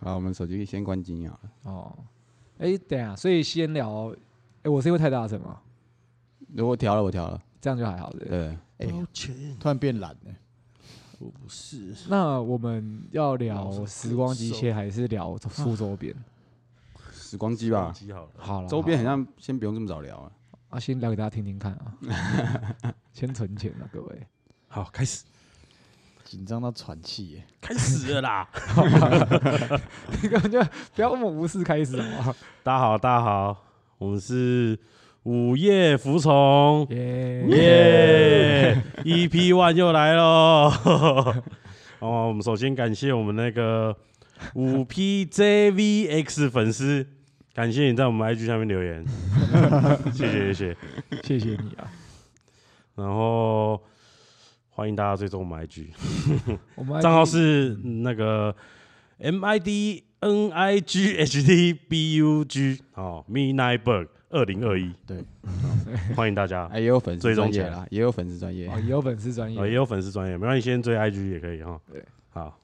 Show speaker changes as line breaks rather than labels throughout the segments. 好，我们手机先关静音好了。
哦，哎、等一下，所以先聊，哎、我是因为太大声吗？
如果调了，我调了。
这样就还好对不对。
对，
哎
抱歉，
突然变懒了，
我不是。
那我们要聊
老
时光机
手
械还是聊苏周边？
时光机吧，
机 好了，
好了，
周边好
好
像先不用这么早聊啊。
啊，先聊给大家听听看啊， 先存钱啊，各位。
好，开始，
紧张到喘气耶。
开始了啦！
你根本就不要那么无事开始好不好？
大家好，大家好，我们是午夜服从，
耶
耶！EP One 又来 喽！哦，我们首先感谢我们那个五 PJVX 粉丝，感谢你在我们 IG 下面留言，谢谢谢谢。
谢谢你啊！
然后欢迎大家追踪我们 IG，
我们
账号是那个 MID NIGHTBUG 哦，Midnight Bug 二零二一，
对
哦，欢迎大家。
哎，也有粉丝
追踪
专业
起来
啦，也有粉丝专业
哦，。也有粉丝专业
哦，也有粉丝专业，没关系，先追 IG 也可以哈。
对，
好，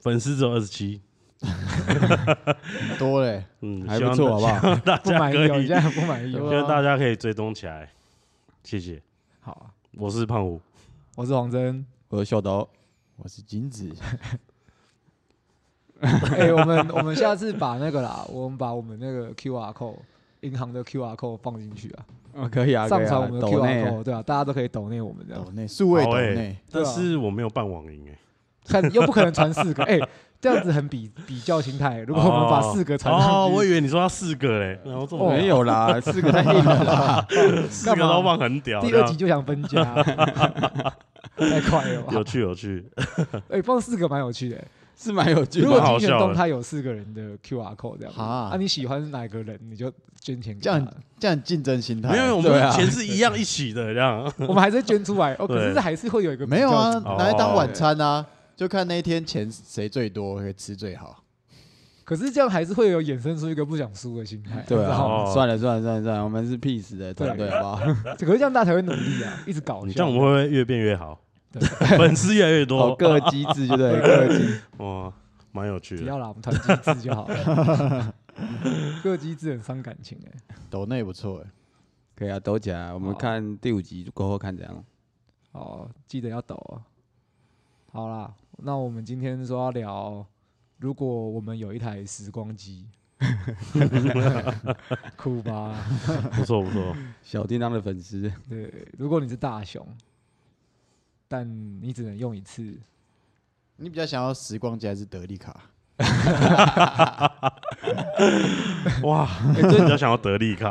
粉丝只有二十七，
很多嘞，
嗯，
还
希
不
望
错，好不好？
大
不
家
满意
可
哦，你
以，
现在不满意
希
哦。
望大家可以追踪起来，谢谢。
好啊，
我是胖虎，
我是黄真。
我的秀斗，
我是金子，
哎、我们我们下次把那个啦，我们把我们那个 QR code 银行的 QR code 放进去啊，
哦，可以啊，
上
可以啊
传我们的
抖
QR
内
code，对啊，大家都可以抖内我们这样
抖，内数位
好
抖
欸
内，
对
但
啊
是我没有办网银哎，
看又不可能传四个，哎、这样子很比比较心态。如果我们把四个传
哦，
上
我以
去，
为你说要四个嘞，然后这
哦
么
没有啦，四个太硬了啦。
四个都忘很屌，
第
这
二
样
集就想分家，太快了吧
有？趣有趣，
哎、放四个蛮有趣的、
是蛮有趣
如
的。
果
蛮好
金
笑
泉
的
动它有四个人的 QR code 这样子，
哈
啊，你喜欢哪个人你就捐钱给
这
他
样，这样竞争心态
没有，我
对
们
啊
以前是一样一起的这样。
我们还是捐出来哦，可是
对
还是会有一个比
没有啊
较，
拿来当晚餐啊，就看那一天钱谁最多，谁吃最好。
可是这样还是会有衍生出一个不想输的心态，
对
你知道吗
哦
啊，算了算了算了算了，我们是 peace 的团队，好不好？
可是这样大家才会努力啊，一直搞
你
笑。
这样我们会不会越变越好？
对
粉丝越来越
哦，
多，
各机制就对，各机
哇，蛮有趣
不
的。
要啦，我们团机制就好了。啊各机制很伤感情哎、
抖内不错欸，
可以啊，抖起来。我们
好
看第五集过后看怎样。
哦，记得要抖哦。好啦，那我们今天说要聊，如果我们有一台时光机， 酷吧？
不错不错，
小叮当的粉丝，
对，如果你是大熊，但你只能用一次，
你比较想要时光机还是德利卡？
哇，真比较想要得力卡，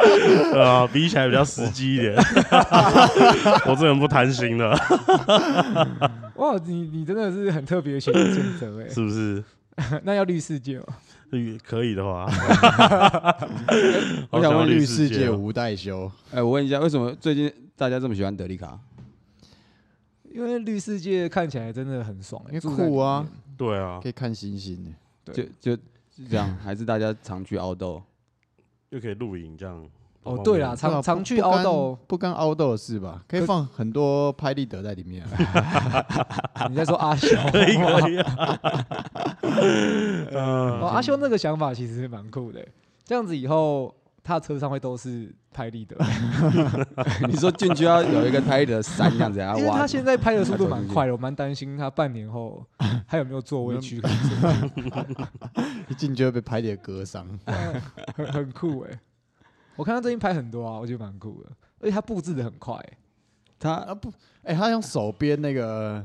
对啊，比起来比较实际一点。我这人不贪心的，
哇，你你真的是很特别的选选择 哎、
是不是？
那要绿世界吗？
可以的话，
我想问
绿
绿世界
哦
无代修，
哎，我问一下，为什么最近大家这么喜欢德利卡？
因为绿世界看起来真的很爽、欸，
因为
住在
酷啊
里面，
对啊
可，以看星星欸
就就就这样，还是大家常去凹豆？
又可以露营这样。？
哦，对啦，
对啊
常常
不
去
不干
凹豆，
不干凹豆的事吧？可以
可
放很多拍立得在里面啊，
你在说阿修
可以可
以。
以 啊。嗯
哦阿修那个想法其实是蛮酷的欸，这样子以后他车上会都是拍立得，
你说进去要有一个拍的山这样子啊？
因为
挖
他现在拍的速度
他走
蛮
进去
快的，我蛮担心他半年后还有没有座位区可以
一进就会被拍立得割伤。
坐， 很很酷哎。我看他最近拍很多啊，我觉得蛮酷的，而且他布置的很快欸，
他
啊不，哎，他用手编那个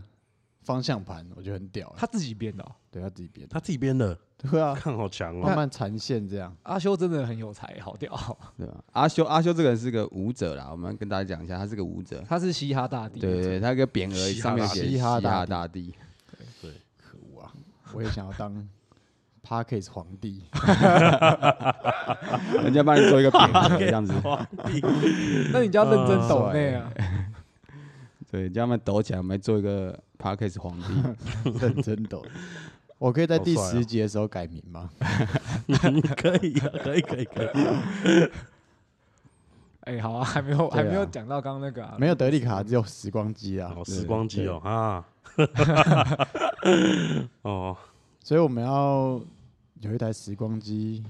方向盘，我觉得很屌欸。
他自己编的哦。
对他自己编的，
他自己编的，
对啊，
看好强哦
慢。慢缠线这样。
阿修真的很有才，好屌哦！
对吧？阿修阿修这个人是个舞者啦，我们跟大家讲一下，他是个舞者。
他是嘻哈大帝，
对对对，他有个匾额
嘻哈
上面写
大帝
嘻
嘻哈大帝
哈大帝，
可恶啊！我也想要当 Parkes 皇帝，
人家帮你做一个匾额这样子，
那你就要认真
嗯
抖内啊。
对，叫他们抖起来，我们做一个 p a r k a s 皇帝。
认真抖。我可以在
好
第
帅啊
十集的时候改名吗？
可以啊可以可以可以。
哎、好啊，还没有、
对啊
还没有讲到刚刚那个、啊，
没有德利卡，只有时光机啊。
哦，时光机哦啊，哦，
所以我们要有一台时光机，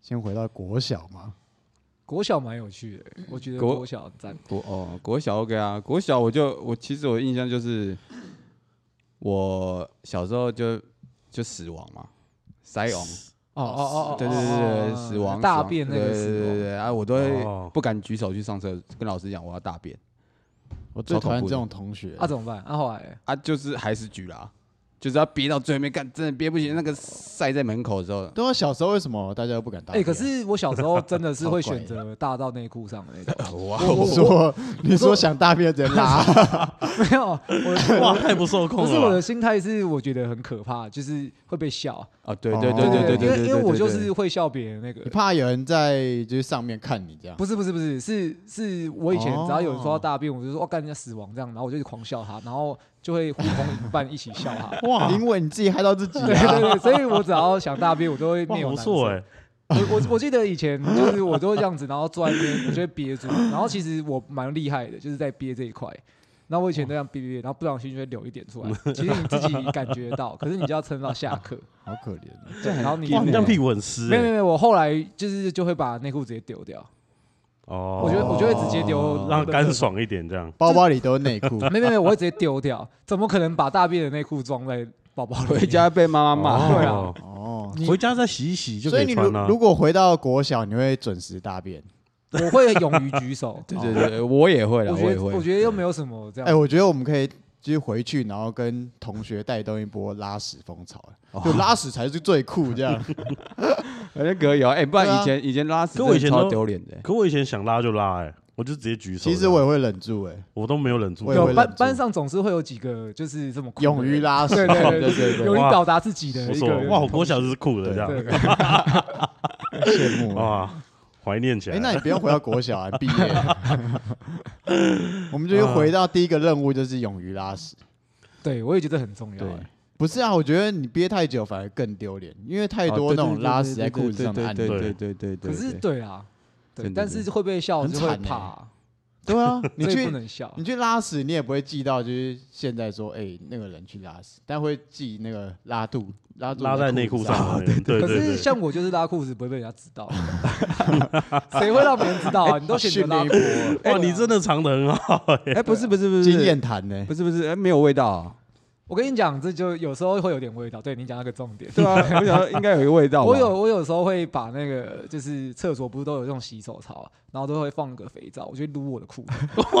先回到国小嘛。
国小蛮有趣的，我觉得
嗯国
国小很赞。
国哦，国小 OK 啊，国小我就我其实我的印象就是，我小时候就就死亡嘛，塞翁，
哦哦哦哦，
对对对对，死亡
大便那个
对对对
死
对
亡，
对啊，我都会
哦
不敢举手去上厕，跟老师讲我要大便
我最
超恐
讨厌
怖
这
的
种同学，
啊怎么办？啊后来
啊，就是还是举啦，就是要憋到最后面，干真的憋不行，那个塞在门口的时候，
对啊，小时候为什么大家都不敢大啊
哎，
便？
可是我小时候真的是会
超怪
选
的
择大到内裤上的那 种。
哇，
你说 你说想大便直接 拉，
没有， 我
哇，太不受控
不
了
是我
吧。
的心态是，我觉得很可怕，就是会被笑。
啊，对对对
哦
对对对
因为
对，
因为我
对
就
对
是会笑别人那个
你。怕有人在就是上面看你这样？
不是不是不是，是是我以前
哦
只要有人说到大便，我就说哦，干人家死亡这样，然后我就狂笑他，然后就会呼朋引伴一起笑 他。
哇
因为你自己害到自己
对对
啊！
对，所以我只要想大便，我都会
哇
面，有
不
难色。
错哎，
我我我记得以前就是我都会这样子，然后坐在那边，我就会憋住。然后其实我蛮厉害的，就是在憋这一块。然后我以前都这样憋憋憋，然后不小心就会流一点出 来。其实你自己感觉到，可是你就要撑到下课，
好可怜啊，
对然后你
哇，
很
你这样屁股很湿
没有没有
哎。
没有，我后来就是就会把内裤直接丢掉。
哦，
我觉得我就会直接丢，
让干。爽一点这样。
包包里都是内 裤，
没没没，我会直接丢掉。怎么可能把大便的内裤装在包包里？
回 家被妈妈骂，
对啊
哦，
哦，
回家再洗一洗就
所
可
以你
穿啊
如
了。
如果回到国小，你会准时大便。
我会勇于举手。
对对对，我也会啦，
我
我
觉
也
得
会，
我觉得又没有什么这
哎、
样。
我觉得我们可以就是回去，然后跟同学带动一波拉屎风潮，
哦
就拉屎才是最酷这 样。
我觉得可以哦，哎，不
对啊
然以前以前拉屎
可我以
真
前
的超
都
丢脸的，
可我以前想拉就拉哎，我就直接举手这
其
样。
实我也会忍住、 哎，
我都没有忍住
我。也会
有班
忍住
班上总是会有几个就是这么酷的
勇于
人
拉屎
对，对对
对对对
勇于
哇
表达自己的
不
一
错哦
个人，
哇，我国小就是酷的这样，
对，
啊羡慕
哦
啊！
哇，怀念起
哎、
来。
那你不用回到国小啊，毕业， 我们就又
嗯
回到第一个任务，就是勇于拉屎。
对我也觉得很重要
对
哎。
不是啊，我觉得你憋太久反而更丢脸，因为
哦
太多那种拉屎在裤子上的案
对
例。
对对
对
对对对。
可是对啊，对，
真的
但是会被笑
很
就会
惨欸
怕，
对啊，你
所以
去
不能笑
你。去拉屎，你也不会记到，就是现在说，哎、那个人去拉屎，但会记那个拉肚拉肚
拉在内裤上 的那个，对
啊可
对
是
对，
像我就是拉裤子不会被人家知道，啊 谁会让别人知道啊？你都选择
训
拉
练
裤
一
子，
波，啊
哇，你真的藏得很好哎。
哎，不是不是不是，
经验谈 呢
不。是不是，哎，没有味道啊。
我跟你讲，这就有时候会有点味道。对你讲那个重点，
对啊，我想说应该有一个味道吧。
我有我有时候会把那个就是厕所不是都有这种洗手槽，然后都会放个肥皂，我就撸我的裤子。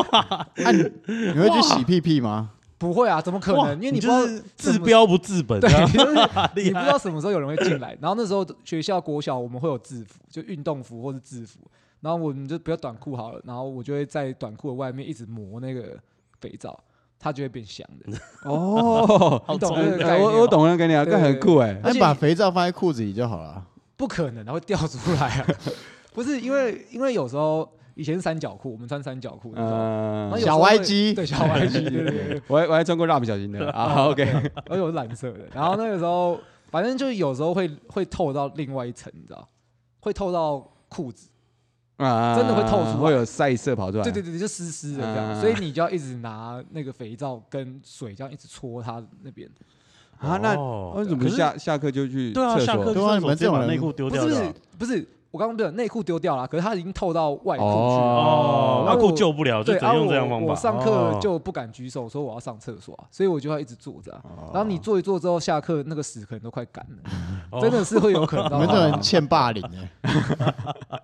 那、你啊你会去洗屁屁吗？
不会啊，怎么可
哇
能？因为
你
不知啊道
就是治
怎么
标啊不治本，
对，
这样
你就是你不知道什么时候有人会进来。然后那时候学校国小我们会有制服，就运动服或是制服。然后我们就不要短裤好了，然后我就会在短裤的外面一直抹那个肥皂，它就会变香的。
哦，
你懂
聪
这个
明
概
哎
念吗
我我。懂那个概念啊，
对
但很酷哎。
那
而且
你把肥皂放在裤子里就好了。
不可能，它会掉出来啊！不是因为因为有时候以前是三角裤，我们穿三角裤的时哎候，然
嗯
后有，时
小
候会
歪鸡
对小歪鸡，对对对对，
我还我还穿过蜡笔小新的啊。OK，
而且我是蓝色的。然后那个时候，反正就是有时候会会透到另外一层，你知道，会透到裤子，
啊
真的会透出来
会有晒色跑出来。
对对对，就湿湿的这样，
嗯
所以你就要一直拿那个肥皂跟水这样一直搓它那边。
啊，那
哦
为什么
可是
下下课就去
对啊，
厕
下
所
课
对啊
就
你们这种
把
人
内裤丢
不
掉
是不
的
是
啊，
不是，我刚刚不是内裤丢掉了，可是它已经透到外裤去了。
哦，
啊
内
我
裤救不了，就
对，
只
啊，
能用
我
这样方法。
我上课
哦
就不敢举手说我要上厕所、啊，所以我就要一直坐着啊、
哦
然后你坐一坐之后，下课那个屎可能都快干了，
哦
真的是会有可能
你
到
们
那
这种
样。
人欠霸凌哎、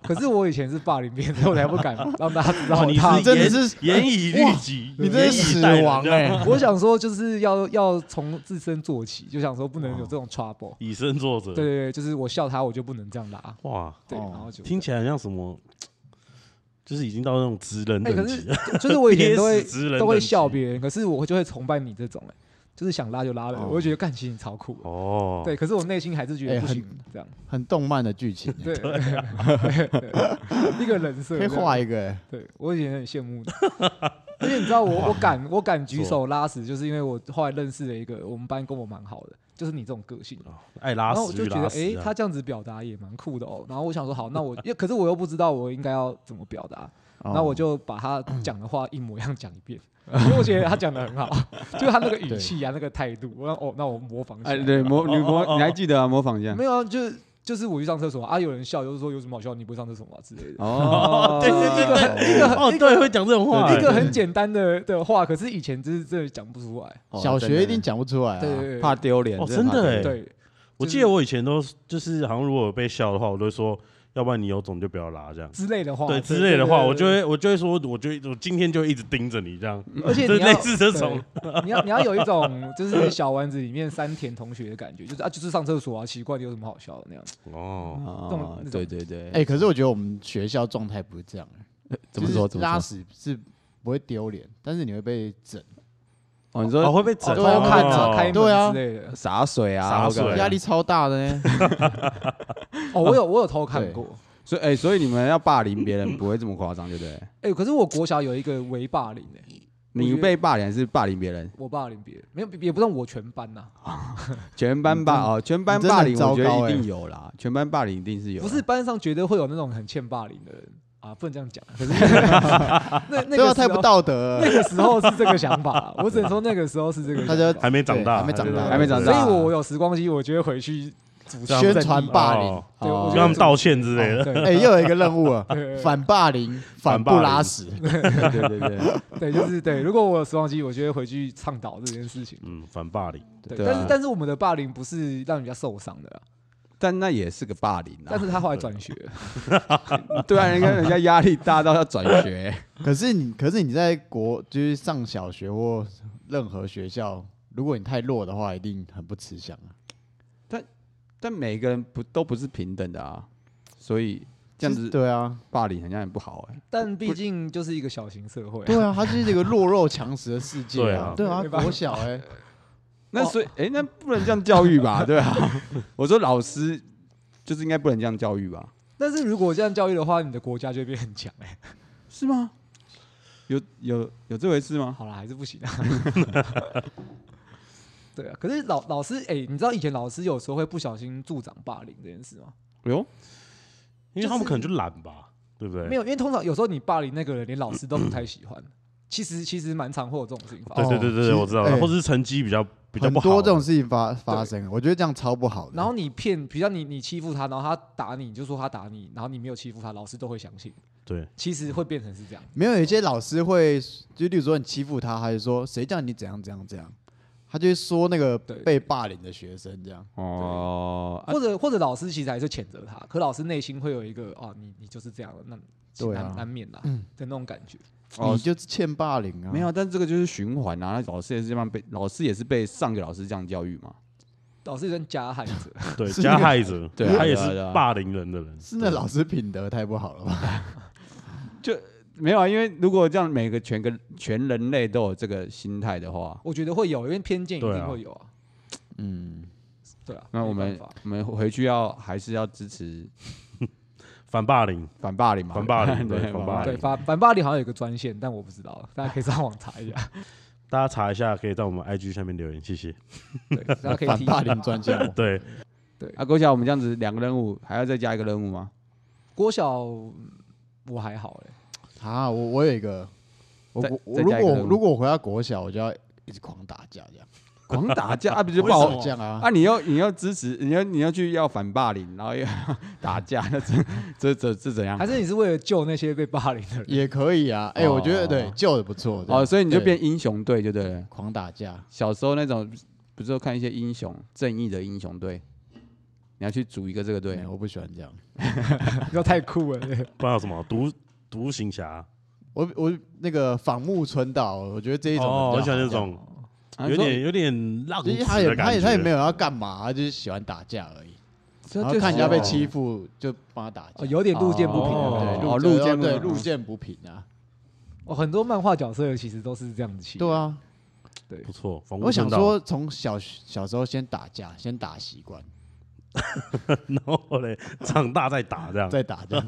可是我以前是霸凌别人，所以我才不敢让大家知道
哇，
我
哦你
大
是
你真的
严
是
严以律己，
你真
严
是
以
死
待人
亡
这样
哎、
我想说就是要要从自身做起，就想说不能有这种 trouble。
以身作则。
对对对，就是我笑他，我就不能这样拉。
哇，
对，
哦
然后就
听起来很像什么，就是已经到那种职人
哎，可
等级
是
了，
就是我以前都
憋
会
死职人
都会
等级
笑别人，可是我就会崇拜你这种哎，就是想拉就拉了，
哦
我就觉得干其实你超酷的。
哦，
对，可是我内心还是觉得
哎
不
很
行，这样
很动漫的剧情、欸，
对，对一个人设
可以
这样
画一个、欸。
对我以前很羡慕的， 而且你知道我我敢我敢举手拉屎，就是因为我后来认识了一个我们班跟我蛮好的，就是你这种个性。
哦，爱
然
拉
后我
屎
就
就
觉得
拉，
哎、
屎啊，
他这样子表达也蛮酷的哦。然后我想说，好，那我，可是我又不知道我应该要怎么表达，那我就把他讲的话一模一样讲一遍，因为我觉得他讲的很好， 就是他那个语气啊，那个态度，我说哦，那我模仿一下
哎，。对，模你
哦哦哦
模你还记得啊？模仿一下
没。有啊，就是就是我去上厕所啊，有人笑，就是说有什么好笑，你不会上厕所吗之类的。
哦，
对对对对
对，
哦，对，会讲这种话， 欸
一个很简单的的话，可是以前真是真的讲不出来。
哦
小学一定讲不出来啊。
对对对，
怕丢脸
哦，
怕
真的
丢脸
欸
对，
我记得我以前都是就是，好像如果有被笑的话，我都会说，要不然你有种就不要拉这样。
之类的话，
对之类的话，我就
会。
会我就会说，我就我今天就一直盯着你这样，
嗯 而且
就
你
是类
要
似这种，
对你要你要有一种就是小丸子里面三田同学的感觉，就是啊，就是上厕所啊，奇怪，你有什么好笑的那样？
哦，
这种
哦
那，
对
种
对对，
哎，可是我觉得我们学校状态不是这样，
怎么说
就是
怎么
拉
说？
屎是不会丢脸，但是你会被整，
哦，你
哦
说
会被整
对
偷看
哦
啊，开
对啊
门之类的。
洒水啊，
洒
我感觉
对水啊
压力超大的呢。
哦，我有我有偷看过。
所以哎，所以你们要霸凌别人不会这么夸张，对不对？
哎，可是我国小有一个微霸凌哎，
你被霸凌还是霸凌别人？
我霸凌别人，没有也不算我全班呐，
全班霸哦，全班
你真的
霸凌，
很
我觉
糟糕
得
欸
一定有啦，全班霸凌一定是有啦。啊
不是班上绝对会有那种很欠霸凌的人啊，不能这样讲。可是 那 那
对啊，
个哦
太
时
不
候
道德
那
了。
个时候是这个想法，我只能说那个时候是这个想法。
大家
还没长大，
对还没长大
还没长大
所以我有时光机，我就会回去主
宣传霸凌
哦，
对，
哦
我
跟
觉
他
得
们道歉之类的。
对
哎，又有一个任务 了，
对
反霸凌，反不拉屎。
对对对对
对，就是对。如果我有时光机，我就会回去倡导这件事情。
嗯，反霸凌，
对，
对啊
但是但是我们的霸凌不是让人家受伤的啦，啊
但那也是个霸凌
但
啊。
是他后来转学，
对啊，人家人家压力大到要转学，
可是你， 可是你在国就是上小学或任何学校，如果你太弱的话，一定很不吃香啊。
但每个人不都不是平等的啊，所以这样
其实
子
对啊，
霸凌好像也不好哎。
但毕竟就是一个小型社会啊，
对啊，它就是一个弱肉强食的世界啊。
对
对啊，
没办法
国小 哎，
那所
哦
以哎，那不能这样教育 吧？对啊，我说老师就是应该不能这样教育吧？
但是如果这样教育的话，你的国家就会变很强哎、
是吗？有有有这回事吗？
好啦，还是不行啊。对啊，可是老老师哎、你知道以前老师有时候会不小心助长霸凌这件事吗？
哎呦，
因为他们可能就懒吧，对不对？
没有，因为通常有时候你霸凌那个人，连老师都不太喜欢。其实其实蛮常会有这种事情发
对
生。
对对对
哦其
对，
实
我知道了，
哎
或者是成绩比较比较
很
不好，
多这种事情发发生，啊我觉得这样超不好的。
然后你骗，比如像你你欺负他，然后他打你，你就说他打你，然后你没有欺负他，老师都会相信。
对，
其实会变成是这样。
没有有一些老师会，就例如说你欺负他，他就说谁叫你怎样怎样怎样，他就会说那个
对
被霸凌的学生这样。
哦，啊
或者或者老师其实还是谴责他，可老师内心会有一个啊，你你就是这样了，那
对啊
难难免啦的那种感觉。
哦
你就是欠霸凌啊！
没有，但这个就是循环啊。那老师也是这样被，老师也是被上个老师这样教育嘛。
老师跟加害者，
对，
是
加害者，
对啊
他也
对啊
是
对啊
霸凌人的人，
是那老师品德太不好了吧？
没有啊，因为如果这样每个全个全人类都有这个心态的话，
我觉得会有，因为偏见一
对
定
啊
会有啊。
嗯，
对啊，
那我
没
们
办法
我们回去要还是要支持
反霸凌，
反霸凌嘛？
反 霸凌对
对
反霸凌
对反反霸凌好像有一个专线，但我不知道，大家可以上网查一下。
大家查一下，可以在我们 IG 下面留言，谢谢。
对，大家 可以
反
提
霸凌专 家，
对，
啊，郭晓，我们这样子两个任务，还要再加一个任务吗？
国小嗯我还好哎、
啊，我我有一个，我
再
我我
再
如
加一个
果
任务
如果我回到国小，我就要一直狂打架这样，
狂打架啊，不就
为什
爆
么这样啊？
啊？你要你要支持，你要你要去要 反霸凌，然后又打架，那这这这这怎
嗯
样
还？是你是为了救那些被霸凌 的人？
也可以啊，哎，
哦
我觉得对旧的不错这样
哦，所以你就
对
变英雄队就对了。
狂打架，
小时候那种不是都看一些英雄正义的英雄队，你要去组一个这个队
对，。哎我不喜欢这样，
你说太酷 了，对
不知道什么独独行侠，
我我那个仿木春岛，我觉得这一种
哦，我
比
喜
较
欢这
好
种
啊
有
说
点有点浪子
其实他也
的
他
感
也他也
觉
没。有要干嘛，他就是喜欢打架而已。
这
然后
就
看人家被
是
欺负哦就哦帮他打架，
哦，有点路见不平啊的
哦
感觉。
哦
对，路
路见不
对
平
路见不平啊，
哦，很多漫画角色其实都是这样子起。
对啊。
不错，防
我
空
想
洞
说，从小小时候先打架，先打习惯，
然后嘞，长大再打这样。
再 打架。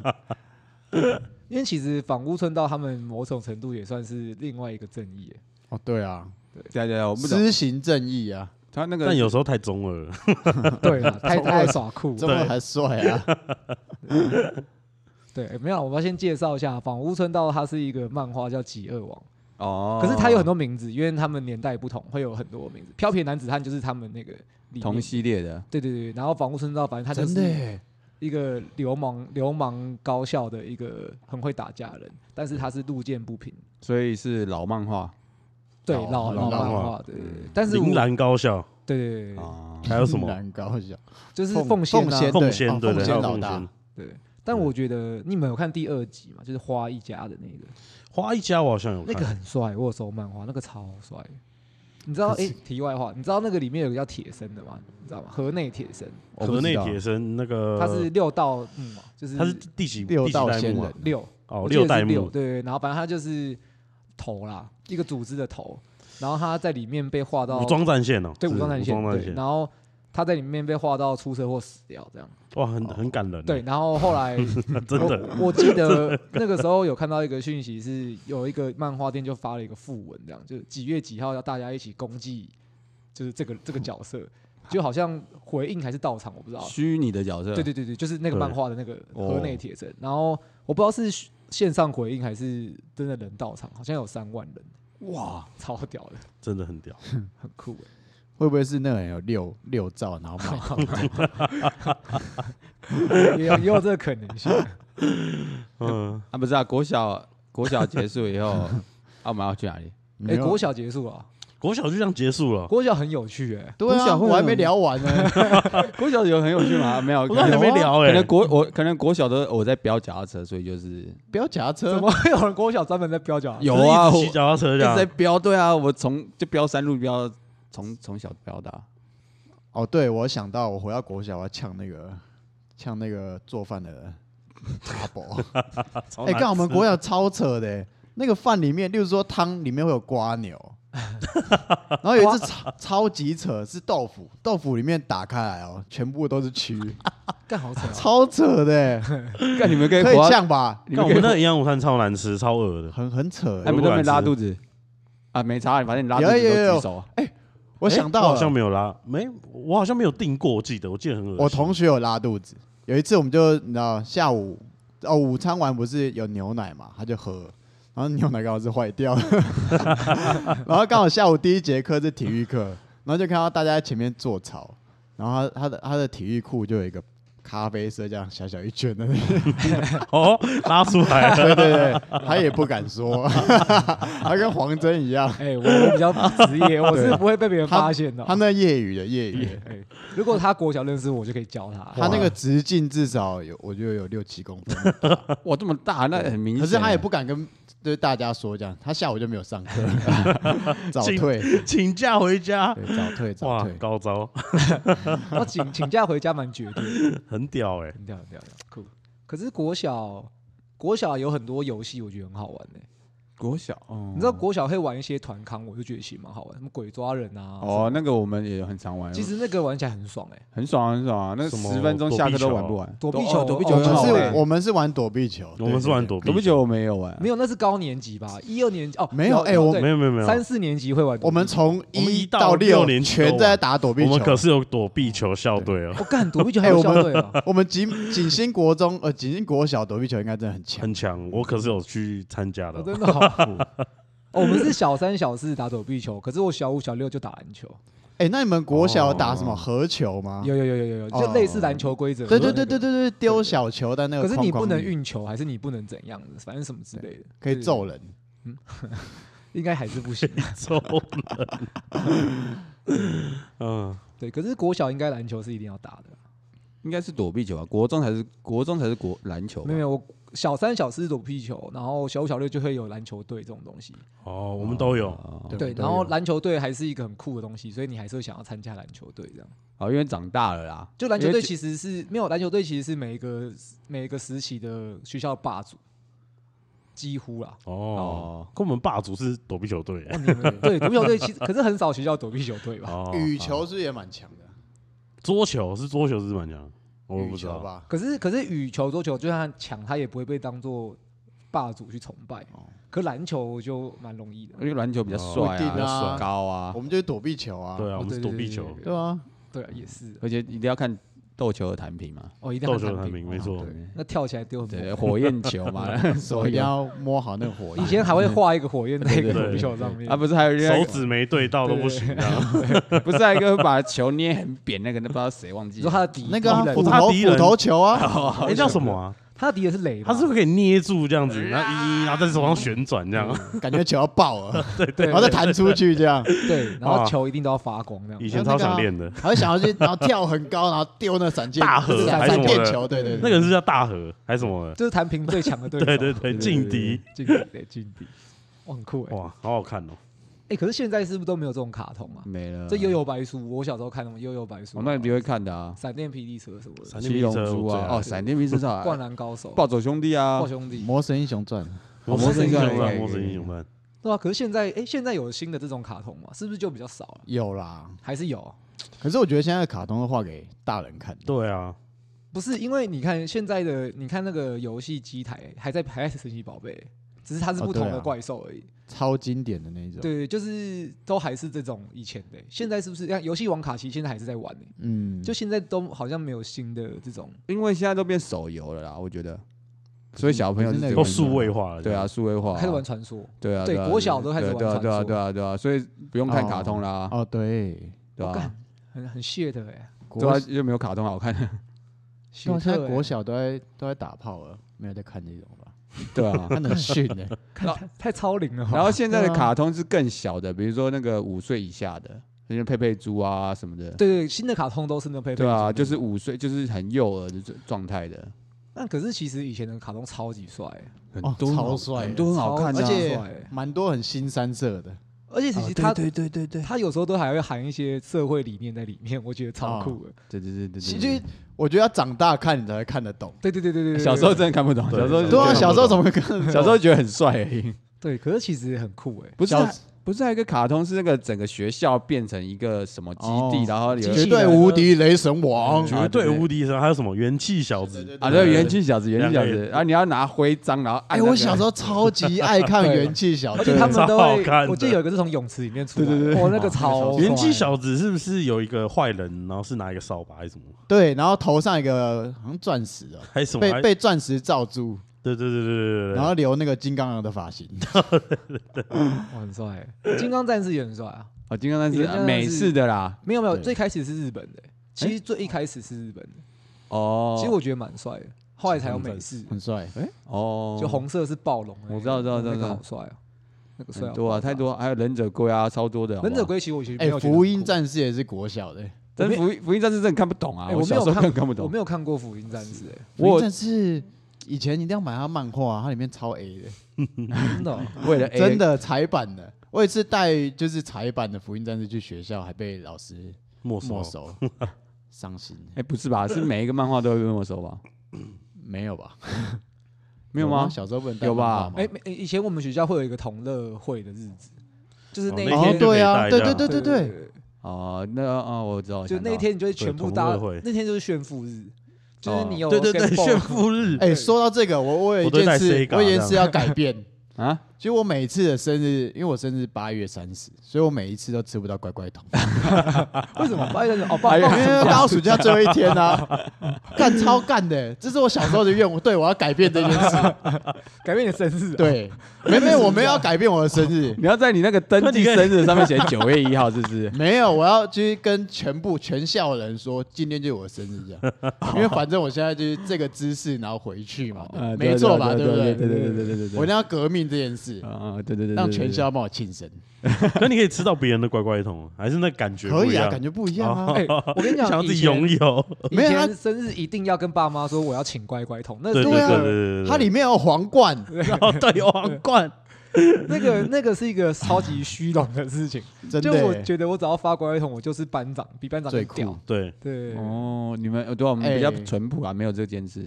因为其实反乌村道他们某种程度也算是另外一个正义欸 耶。
哦，对啊，
对对对，我不懂
施行正义啊，
他那个
但有时候太中二了，
对啊，太太爱耍酷。
这么还帅啊！
对，没有，我要先介绍一下，仿屋村道它是一个漫画叫《极恶王》，
哦，
可是它有很多名字，因为他们年代不同，会有很多名字。飘撇男子汉就是他们那个里
同
面
系列的，
对对对，然后房屋村道，反正他就
真的
是
耶，
一个流氓流氓高校的一个很会打架的人，但是他是路见不平，
所以是老漫画
对老
老老
漫
漫
画，对对对，但是我
铃兰高校
对对对对，
啊，
还有什么？
难搞笑，
就是
奉
奉献
奉先
啊，
对
奉先
哦
对不对？还
奉先
有
老
奉
大
先。
对。但我觉得你们有看第二集嘛？就是花一家的那个，
花一家我好像有
那个
看，
很帅，我有收漫画，那个超帅。你知道？
可
哎
是，
题外话，你知道那个里面有个叫铁生的吗？你知道吗？河内铁生，
我不
河
知
内
道
铁生那个，
他是六道木嘛，就是
呃他是第几第
六
几
道
代
仙
目啊
人？
六
哦，
我记得
六
是
代
六
目，
对对，然后反正他就是头啦，一个组织的头，然后他在里面被划到
武装战线哦，
对
是
武装战线，
武装战
对，
线，
然后他在里面被划到出车祸死掉这样，
哇，很很感人，欸
对，，哦然后后来
嗯 真的，
我我记 得那个时候有看到一个讯息，是有一个漫画店就发了一个副文，这样就是几月几号要大家一起攻击，就是这个这个角色，就好像回应还是到场，我不知道，
虚拟的角色，
对对对对，就是那个
对
漫画的那个
哦
河内铁城。然后我不知道是虚线上回应还是真的人到场，好像有三万人，
哇，
超屌的，
真的很屌。
很酷欸。
会不会是那个人有六六兆，然后 买
哎欸 也有也有这个可能性。
嗯，
啊，不是啊，国小国小结束 以后，啊，我们要去哪里？
没
哎，
有
国小结束了，
国小就这样结束了，
国小很有趣哎，
对
国
啊，
小会
我还
有
没
人
聊完呢。
国小有很有趣 吗？没欸有，
我
可
都还
能
没聊
可
哎
能，国我可能国小的我在飙脚踏车，所以就是
不要夹
怎
车，
么会有人国小专门在飙脚？
有啊，
就是
我
一直骑脚踏车
一
这
直在
样，
飙，对啊，我从就飙山路飙，从从小飙到大，
哦，对，我想到我回到国小，我要呛那个呛那个做饭的 阿伯。
超
哎、
难
看我们
哦吃
国小超扯的、欸那个饭里面，例如说汤里面会有瓜牛， 然后有一次超超级扯，是豆腐，豆腐里面打开来哦，全部都 是蛆，
干好扯啊！
超扯的、欸
看你们可以
可以
活到，
呛吧？
你们
干我
可以
们那个营养午餐超难吃，超恶的。
很很扯、
哎，
欸
你。们都没拉
我不敢吃
肚子啊？没差，反正你拉肚
有
子
有有
都举手啊。
我
诶
想到
我好像
了，
没有拉，没，我好像没有订过，我记得，我记得很恶心。
我同学有拉肚子，有一次我们就你知道下午哦午餐完不是有牛奶嘛，他就喝。然后牛奶刚好是坏掉的， 然后刚好下午第一节课是体育课，然后就看到大家在前面做操，然后他他的他的体育裤就有一个咖啡色这样小小一圈的那个，
哦 拉出来 了，
对对对，他也不敢说， 他跟黄真一样，
哎，我我比较职业，我是不会被别人发现的哦
他。那业余的业余，
哎，如果他国小认识我，我就可以教他。哦
他那个直径至少有我觉得有六七公分，
哇，这么大，那很明显。欸
可是他也不敢跟对大家说这样，他下午就没有 上课，早退，
请假回家，
对，早退，早
哇
退，。
高招，
我请请假回家蛮绝对的。
很屌哎。
很屌，很屌，很屌酷。可是国小，国小有很多游戏，我觉得很好玩呢、
国小，哦
你知道国小会玩一些团康，我就觉得其实蛮好玩，什么鬼抓人啊。
哦，
什么，
那个我们也很常玩，
其实那个玩起来很爽哎、
很爽很爽啊，那
什么
十分钟下课都玩不完。
躲避球
都哦躲避
哦
球
我
很好
们
玩
是，我们是玩躲避球，
哎我们是玩躲避
躲避球我没有玩，
没有，那是高年级吧？一二年级哦，
嗯没有哎我
对
没有没有没有，
三四年级会玩。
我们从
我们
一
一到
六
六年级
全
都
在
玩
打躲避
我
球
们，可是有躲避球校队哦，
我干躲避球还有
哎我
校
们
队啊！
我们景景星国中呃景星国小躲避球应该真的很 强，
很强，我可是有去参加
我
的。
真的好酷。哦，我们是小三、小四打躲避球，可是我小五、小六就打篮球，
哎，那你们国
哦
小有打什么合球吗？
有有有有有有，就类似篮球规则。
啊哦对对对对对
对。
对，丢小球但那个
可是你不
框框
能
里
运球，还是你不能怎样的，反正什么之类的，
可以
对，
揍人，
应该还是不行。啊
超冷 嗯，
对，可是国小应该篮球是一定要打的，
应该是躲避球吧？国中才是国中才是国篮球吧，
没有没有，我小三、小四是躲避球，然后小五、小六就会有篮球队这种东西。
哦，我们都有，
哦
对
对，
都
然后
有
篮球队还是一个很酷的东西，所以你还是会想要参加篮球队这样。
哦，因为长大了啦，
就篮球
因为
队其实是没有篮球队，其实是每一个每一个时期的学校霸主，几乎啦。
哦，
哦，
跟我们霸主是躲避球队欸，
哦，你们对躲避球队其实可是很少学校躲避球队吧？
哦，
羽球是不是也蛮强的？
桌球是桌球是蛮强，我
羽
不知
球
道。
吧，
可是可是羽球、桌球就算强，他也不会被当做霸主去崇拜
啊
哦。
可篮球就蛮容易的
因。为篮球比
哦
较
不
帅
一定
啊，
啊，
高啊
我，们就是躲避球啊，
对啊，
哦
我们是
对
躲
对
避
对
球
对，对
对啊，
对啊，也是。
而且一定要看斗球的弹屏嘛，
哦，一定
斗
要
球
弹
弹
屏
屏，没错
对。
那跳起来丢很
对，
猛
火焰球嘛，
手一定
啊
要摸好那个 火
以
焰。
前还会画一个火焰在一个
对
火球上面
啊，，不是还有另外一
手
个
指没对到都不行啊！
不是还有一个会把球捏很扁那个，那不知道谁忘记
你
了
说。他的敌
那个啊
敌人
斧
他
头
敌人
斧头球 啊，
哎，叫什么啊？
他的敌人是雷吧，
他是会给你捏住这样子，然后一然后在手上旋转这样。
感觉球要 爆了，
对，
然后再弹出去这样，
对，然后球一定都要发光这样。
以前超想练的，
还会想要去，然后跳很高，然后丢那闪箭
大河啊
闪
还是什
闪
么
电
的
球，对对
那
对，
个是叫大河还是什么的？
这是弹屏最强的对手。
对对对，劲敌
劲敌对劲敌，哇，很酷哎！
哇，好好看哦！
哎，可是现在是不是都没有这种卡通啊？
没了。
这悠，悠白书，我小时候看那种悠悠白书
我
啊，
那你会看的啊，
闪电霹雳车什么的，
闪电
七
霹
龙
雳车
珠
我最
啊，
爱
哦，闪电霹雳车啊，
灌篮高手、
暴走兄弟啊
暴，兄弟，
魔神英雄传，
魔
魔神
神
英
英雄
雄
传，
传
魔神英雄传，
对啊。可是现在，哎，现在有新的这种卡通嘛，是不是就比较少了？
有啦。
还是有？
可是我觉得现在的卡通都画给大人看，
对啊，
不是，因为你看现在的，你看那个游戏机台还在还在神奇宝贝，只是它是
哦
不同
对啊
的怪兽而已。
超经典的那一种。
对，就是都还是这种以前的、现在是不是？像游戏王卡其实现在还是在玩呢、
嗯，
就现在都好像没有新的这种，
因为现在都变手游了啦，我觉得，所以小朋友
可是那
是
个
都数位化了。
对啊，，数位化啊
嗯开始玩传说，
对啊，
对
啊
国小都开始玩
对啊，对啊，
传说
对啊，对啊，所以不用看卡通啦，
哦对，
对
我
吧
干？很很 shit 的哎、
对啊，
国
又没有卡通好看，
血
现在
特欸
国小都在都在打炮了，没有在看这种吧？
对啊。
看得很逊 呢。
看太太超龄了吧，
然后现在
对
的
啊
卡通是更小的，比如说那个五岁以下的，那些佩佩猪啊什么的，
对对，新的卡通都是那配
对啊，就是五岁，就是很幼儿的状状态的，
但可是其实以前的卡通超级帅欸、
很
哦
多
超
好
帅
很多很好看
而
的啊，
且
超帅欸
蛮多很新三色的，
而且其实他、
对对对对
他有时候都还会含一些社会理念在里面，我觉得超酷的。
对对对对，哎
其实我觉得要长大看你才会看得懂。
对对对对对对，
小时候
对
真的看不懂，
对
小时候
对啊，
觉得
小时 候怎么会看得懂？啊
小时候觉得很帅而已，
对，可是其实很酷哎、
不是
小
啊不是还有一个卡通是那个整个学校变成一个什么基
哦
地，然后有
机
绝
器
对
人
无敌雷神王
嗯，
绝对无敌神，还有什么元气小子
啊对元气小子元气小
两个
子，然后你要拿徽章，然后
哎、
按那个
我小时候超级爱看
对
元气小
而
子
且，他们都
超好
会
看，的
我记得有一个是从泳池里面出来的，
对对
哦，那个
哦
超帅
元气小子是不是有一个坏人，然后是拿一个扫把还是什么？
对，然后头上一个好像钻石哦、
还是什么？
被被钻石罩住，
对对对对对对。
然后留那个金刚狼的发型，
哇很帅欸，金刚战士也很帅啊。
哦金刚战
金
士
刚
啊
战士
美式的啦，
没有没有，
对
最开始是日本的欸，其实最一开始是日本的，
哦，
其实我觉得蛮帅的，后来才有美式，
很帅。
哦
就红色是暴龙那个，
我知道知道知道
那个
知道
好帅啊，那个帅
很
到
多啊，
爆炸
太。多，还有忍者龟啊，超多的。好不好
忍者，龟其实我其实没
哎、
有觉得
福音
酷，
战士也是国小的、
但是福音福音战士真的看不懂啊，
哎
我
没
小
有
时候
看
更看不
我
懂
没。有看过福音战士欸，
福
我
音战士以前一定要买他漫画、啊它里面超 A 的，
真的哦
为了 A
真的彩版的。我有一次带就是彩版的福音战士去学校，还被老师
没收啊
没收，伤心。
哎，不是吧？是每一个漫画都会跟我说吧？
没有吧？
没有吗？
小时候不能带
有吧
漫画吗
哎，没哎以前我们学校会有一个同乐会的日子，就是
哦
那一
那一天
天
哦，
就可以
对啊，
带这
对对
样
对对对，
哦，那哦，我知道，我
就
想
那
到
一天你就会全部搭
对同乐会，
那天就是炫富日，就是你
哦
有
对对对，
skateboard
炫富日。
哎、说到这个，我我有一
我都
件
带
事
Sega，，
我有一件事要改变。
啊，
其实我每一次的生日，因为我生日八月三十，所以我每一次都吃不到乖乖糖，
为什么？八月三十哦，
哎
放
呀
因
放暑假
为刚好暑假最后一天啊，干超干的、欸这是我小时候的愿望。对，我要改变这件事。
改变你的生日、，
对，没没有，我没有要改变我的生日，
你要在你那个登记生日上面写九月一号，是不 是？
没有，我要去跟全部全校人说，今天就是我的生日这样，因为反正我现在就是这个姿势，然后回去嘛，
呃
没错吧？
对
不
对？对对对
对
对对对对，
我一定要革命这件事，
啊，啊对对对，对
让全校帮我庆生。
那你可以吃到别人的乖乖桶，还是那感觉
可
不一
以啊，
样？
感觉不一样 啊。
哎、我跟你讲，
想要自
以
己
前
拥有。
以
没有他
前生日一定要跟爸妈说我要请乖乖桶，那
对呃对
对啊
对对对，
它里面有皇冠，
哦对皇冠，
那个那个是一个超级虚荣的事情。
真
就
的
我
欸
觉得我只要发乖乖桶，我就是班长，比班长
最
更
酷
屌。。
对
对，
哦，你们对啊我们比较
哎
淳朴啊，没有这件事。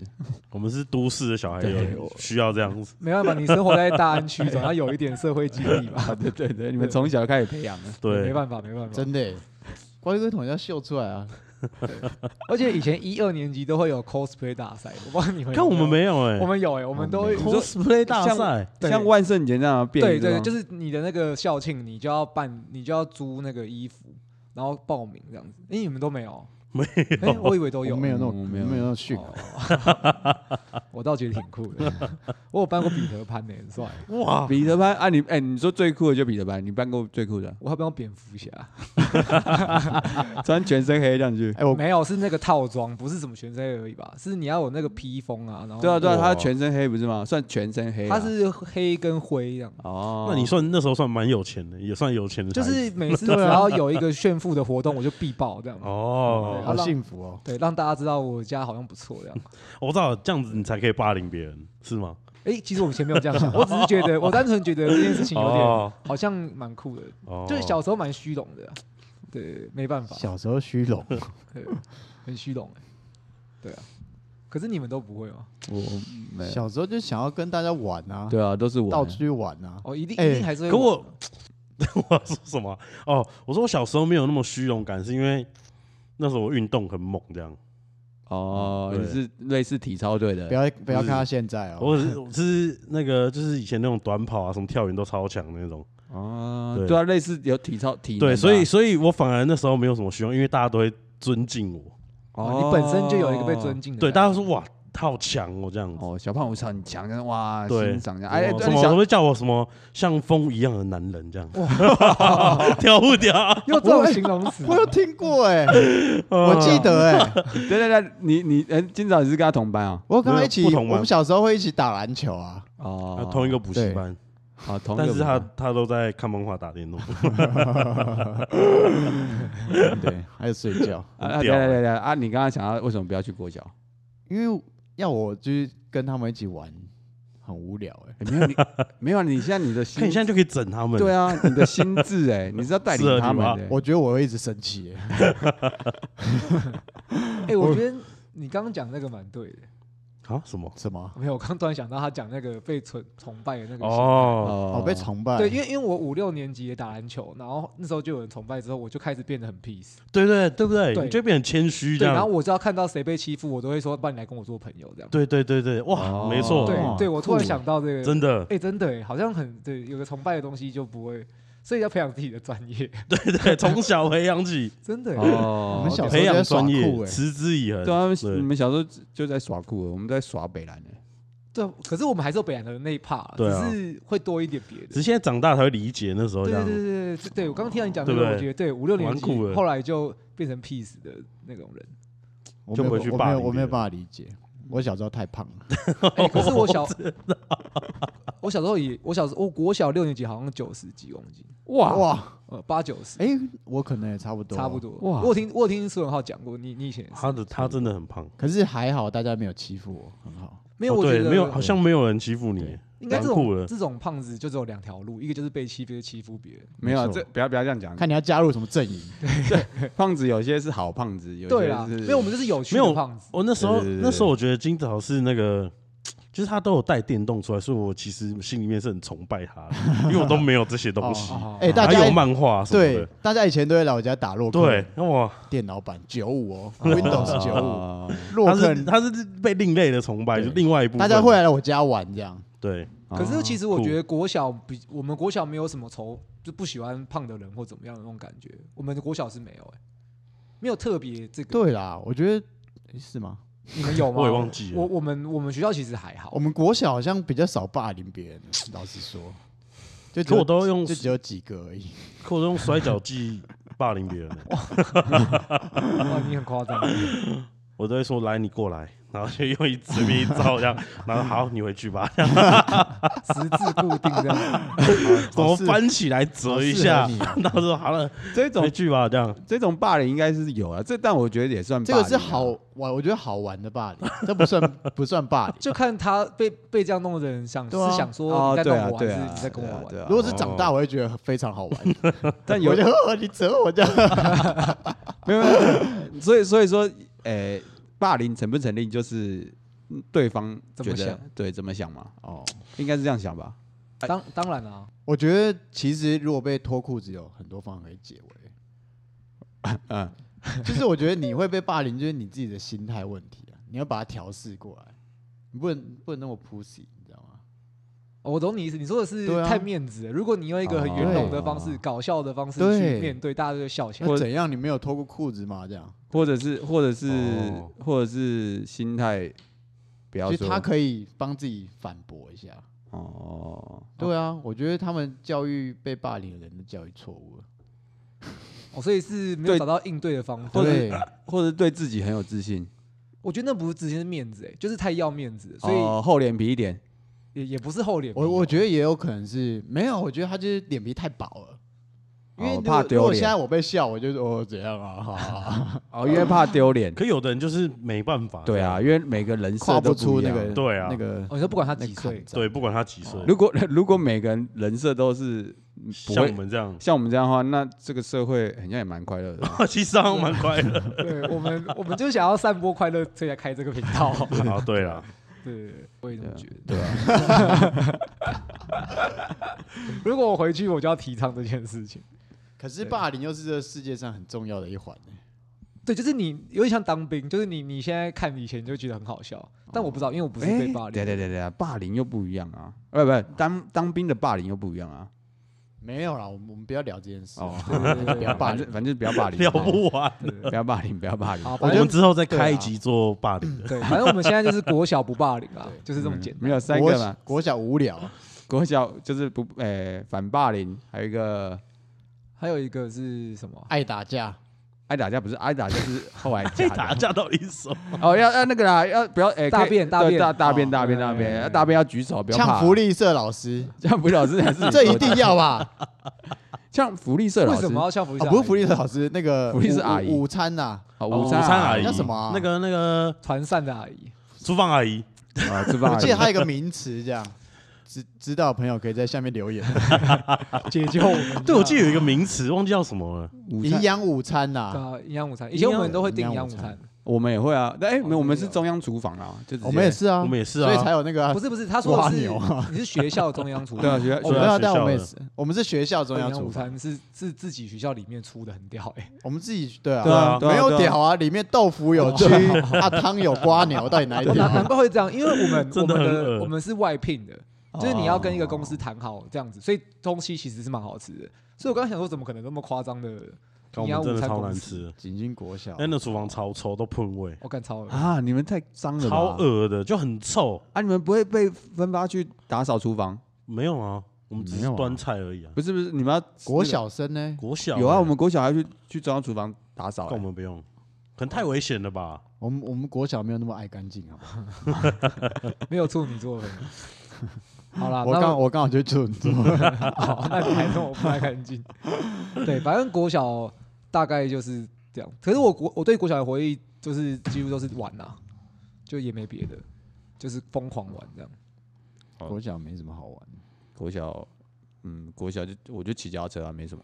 我们是都市的小孩，
对
有需要这样子。
没办法，你生活在大安区，总要有一点社会经历吧。
啊， 对对对，你们从小就开始培养了。
没
对，
办法，没办法。
真的欸，乖乖桶要秀出来啊！
而且以前一二年级都会有 cosplay 大赛，我不知道你们有
看我们没有哎，
有，我们有哎、我们都会
我。
cosplay 大
像
赛，
对
像万圣节那样变
对
一个
对，
吗
就是你的那个校庆，你就要办，你就要租那个衣服，然后报名这样子。哎、你们都没有？哎，我以为都有，
我没有那
我
种
没有
没有那种训，
哦 我倒觉得挺酷的， 我有搬过彼得潘呢，很帅。
哇，
彼得潘啊，你哎、你说最酷的就彼得潘，你扮过最酷的，
我还搬过蝙蝠侠，
穿全身黑这样去。
哎我
没有是那个套装，不是什么全身黑而已吧？是你要有
嗯
那个披风啊，然后
对啊，对啊，
哇
他全身黑不是吗？算全身黑啊。
它是黑跟灰这样。
哦，
那你算那时候算蛮有钱的，也算有钱的
就
孩子，
是每 次只
啊
要有一个炫富的活动，我就必报这样。
哦，
好幸福哦，
对，让大家知道我家好像不错这样。
我知道这样子你才可以霸凌别人，是吗？
哎、其实我以前没有这样想， 我只是 觉得，我单纯觉得这件事情有点
哦，
好像蛮酷的，
哦
就是小时候蛮虚荣的啊、对，没办法，
小时候虚荣，
对很虚荣哎、对啊。可是你们都不会吗？
我没有。
小时候就想要跟大家玩啊，
对啊，都是我
到处去玩啊，
哦，一定
哎
一定还是会
可
玩。
我 我要说什么啊？哦，我说我小时候没有那么虚荣感，是因为那时候我运动很猛，这样。
哦，
对
你是类似体操队
不
的，
要不要看到现在哦，
我是我是那个就是以前那种短跑啊，什么跳远都超强的那种。
哦
对，
对啊，类似有体操体能
对，
的
所以
啊
所以我反而那时候没有什么虚荣，因为大家都会尊敬我。
哦你本身就有一个被尊敬的
哦
啊
对，
感觉，
大家说哇，他好强哦，这样子。
哦，小胖五超很强，但是哇，
对
欣赏一下，
哎，
哎，
什
对你
么都
想
会叫我什么像风一样的男人这样， 屌不屌？
用这种形容词，
我有听过哎，我记得哎，
对对对，你你哎，今早你是跟他同班啊？
我跟他一起，
不
我
同班
们小时候会一起打篮球啊，
哦
啊，同一个补习
对
班，
啊，同一个
但
班，
是他他都在看漫画、打电动。
对，还有睡觉，
啊，对
屌欸
对对对啊，你刚刚想到为什么不要去国小？
因为要我就是跟他们一起玩，很无聊哎。
哎没 有你，没有啊你现在你的心
看你现在就可以整他们。
对啊，你的心智哎，你是要带
是啊
领他
你
们
吧
的。欸
我觉得我会一直生气耶，欸
哎、我觉得你刚刚讲那个蛮对的。
啊，什么？
什么？
没有，我刚突然想到他讲那个被崇崇拜的那个心态。
哦，
哦
我被崇拜，
对，因为因为我五六年级也打篮球，然后那时候就有人崇拜，之后我就开始变得很 peace。
对对对不对？
对
你就变很谦虚这
对，然后
样。
我只要看到谁被欺负，我都会说，不然你来跟我做朋友这样。
对对对对，哇，
哦
没错，
对，
哇
对我突然想到这个，
真的，
哎，真的欸，好像很对，有个崇拜的东西就不会，所以要培养自己的专业，
对对，从小培养起，
真的欸。
我
哦
们，小时
培
候就
养
在耍
专
酷
业，
哎，
持之以恒。
对啊，
对
你们小时候就在耍酷了，我们在耍北欸兰的。
对，可是我们还是有北洋的那一 part，
对啊
只是会多一点别
只是
的。
现在长大才会理解那时候
对对
这样
对。对对对，我刚刚听到你讲
对
那
不
个，我
对
觉得对五六年
蛮
级
酷的
后来就变成 peace 的那种 人。
我
就
没有
不会去
我
霸
没有
凌
我没
别
有
人
办法理解，我小时候太胖了，
哎、可是我
哦
小， 我小时候也，我小时我国小六年级好像九十几公斤，
哇
哇，
呃，八九十，
哎，我可能也差不多，
差不。多。
哇
我有听我有听苏文浩讲过，你你以前也是
他的他真的很胖，
可是还好大家没有欺负我，很好。
没有？我
哦
觉
对，
得
没有，好像没有人欺负你
对。
应该这
蛮酷
种
的
这种胖子就只有两条路，一个就是被欺负，就是欺负别人。
没有啊，
没错
这不要不要这样讲。
看你要加入什么阵营，
胖子有些是好胖子，有
对
些
啦，
是
没有 我们就是有趣
没有
的胖子。
我那时候
对对对对
那时候我觉得金子豪是那个。就是他都有带电动出来，所以我其实心里面是很崇拜他的，因为我都没有这些东西，
哦
哎 大
啊还
家
有漫画什么
对
的，，
大家以前都会来我家打洛克，
对，，那我
电脑版九五哦，Windows 九五，
哦
洛
他
克
是，他是被另类的崇拜，
对
就另外一部分。
大家会来我家玩这样，
对，
可是其
实
实我
酷
觉得国小比我们国小没有什么仇，就不喜欢胖的人或怎么样的那种感觉。我们的国小是没有、哎，没有特别这个。
对啦，我觉得诶是吗？
你们有吗？
我也忘记了
我我们我们学校其实还好
我。们国小好像比较少霸凌别人，老实说，就只
可
有
我都用
就只有几个而已。
可我都用摔跤技霸凌别人，
哇，你很 夸张。
我都会说来你过来，然后就用一随便一招这样，然后好你回去吧，这样
十字固定这样。
怎么
好适
翻起来折一
好
下
适合你啊，
然后说好了
这
回
种
去吧这样。
这种霸凌应该是有啊，这但我觉得也算
这
霸凌
个
啊
是好玩，我觉得好玩的霸凌，这不算不算霸凌。
就看他被被这样弄的人想、
对啊
是想说
哦
你在
对
弄
啊
我，
对
还
啊
是你在跟我玩？
对啊对啊
如果是长大，我会觉得非常好玩。
但有
我就呵呵你折我这样，
没有没有，所以所以说，诶、霸凌成不成立就是嗯对方
怎
觉
么
得
想
对怎么想嘛，
哦，
应该是这样想吧。
当当然啊，
我觉得其实如果被脱裤子，有很多方法可以解围。
嗯，
就是我觉得你会被霸凌，就是你自己的心态问题啊，你要把它调试过来，你不能不能那么 pussy，你知道吗？
哦我懂你意思，你说的是
对啊
太面子了。如果你用一个很圆融的方式、
哦
搞笑的方式
对
去面对，大家就会笑起来。
那怎样？你没有脱过裤子嘛？这样，
或者是或者是、
哦
或者是心态，不要
其
说
实他可以帮自己反驳一下。
哦，
对啊，我觉得他们教育被霸凌的人的教育错误了。
哦，所以是没有
对
找到应对的方法。
对，
或者对自己很有自信，
我觉得那不是直接是面子、欸，就是太要面子了，所以
哦厚脸皮一点，
也、也不是厚脸皮哦。
我我觉得也有可能是没有，我觉得他就是脸皮太薄了。因为
哦
如果
怕
如
丢
果现在
脸，
我被笑，我就说哦怎样啊，哈哈哈
哦，因为怕丢脸，
可有的人就是没办法。
对啊，，因为每个人设
跨
都
不出
一
那
样
个
对啊
那个
哦，你说不管他
那
几
个坎
岁，
子啊
对，不管他几岁，
如果如果每个人人设都是嗯不
像我
会
们这样，
像我们这样的话，那这个社会好像也蛮快乐 的。
其实还蛮快乐。
对我们我们就想要散播快乐，所以才开这个频 道。
啊，对了，
对对，对我也这么觉得。
对啊，
啊
如果我回去，我就要提倡这件事情。
可是霸凌又是这个世界上很重要的一环欸、
对，就是你有点像当兵，就是你你现在看以前就觉得很好笑，但我不知道，因为我不是被霸凌。
对对对对，霸凌又不一样啊，呃，不是当当兵的霸凌又不一样啊。
没有啦，我们我们不要聊这件事。
哦，
对对
不要霸
反
凌
正反正不要霸 凌，
聊不完。
对
不要霸凌，不要霸凌。
好，
我
反
们
正
之后再开一集做霸凌的。
对，反正我们现在就是国小不霸凌啊，就是这么简
嗯
单。
没有三
国
个
小
嘛，
国小无聊，
国小就是不呃反霸凌，还有一个
还有一个是什么？
爱打架，
挨打架，不是挨打架，就是后来
被
假
打
的。
架到底是什么？
哦，要要那个啦，要不要哎
大
可以
便大
对
便
大大便
哦
大便
对
大
对对
便大便要举手，不要怕
呛福，利社老师，
呛福利老师还是
这一定要吧？
呛福利社老
为
师
什么要校服
哦，
上？
不是福利社老师，那个
福利社
午
阿姨
午午餐呐，
哦
午
午
餐阿姨
叫什么啊
那个那个
团扇的阿姨，
厨房阿姨，
啊，吃饭
我
而
记得
已。
还有一个名词，这样知知道的朋友可以在下面留言。
解救我们。
对我记得有一个名词，忘记叫什么了。
午
营
餐
养午餐呐，
啊，营养午餐，以前我们都会订营养午
营养
餐
午，
我们也会啊，但哎，没有，我们是
哦
中央厨房啊，就直接
我们也是啊，
我们也是啊
所以才有那个啊
不是不是，他说的
哇
是
牛啊
你是学校 中央厨
对啊，
房，
学校
我
学
们
校
对啊学校
要，但我们也
的
是，我们是学校中
中
央
央
厨
午
房，
餐是是自己学校里面出的，很屌哎。
我们自己对
对
啊，
啊，对啊
没有，
对啊
屌啊，里面豆腐有蛆 啊，汤有瓜牛，到底哪一
对
条
哦难
啊？
难怪会这样，因为我们我
真的
们
很
的
恶
我们是外聘的，就是你要跟一个公司谈好这样子，所以东西其实是蛮好吃的。所以我刚刚想说，怎么可能那么夸张的？
看我
营养
们真
午
的
餐
超
公
难
司
吃的，
景星国小
哎，那厨房超臭，都喷味，
我哦干超恶
啊，你们太脏了吧，
超恶的，就很臭。
啊！你们不会被分发去打扫厨房？
没有啊，我们只
没
是
有啊
端菜而已啊。
不是不是，你们要
国小生呢？
国小
有啊，
欸
我们国小还去去中央厨房打扫
干我
欸，
们不用，可能太危险了吧？
我们我们国小没有那么爱干净，好不好？
没有处女座的朋友。好啦，
我
那
刚我刚好就处女座，
好，那你还跟我不太干净。对，反正国小大概就是这样。可是我国我对国小的回忆就是几乎都是玩呐、就也没别的，就是疯狂玩这样。
国小没什么好玩。
国小，嗯，国小就我就骑脚踏车啊，没什么。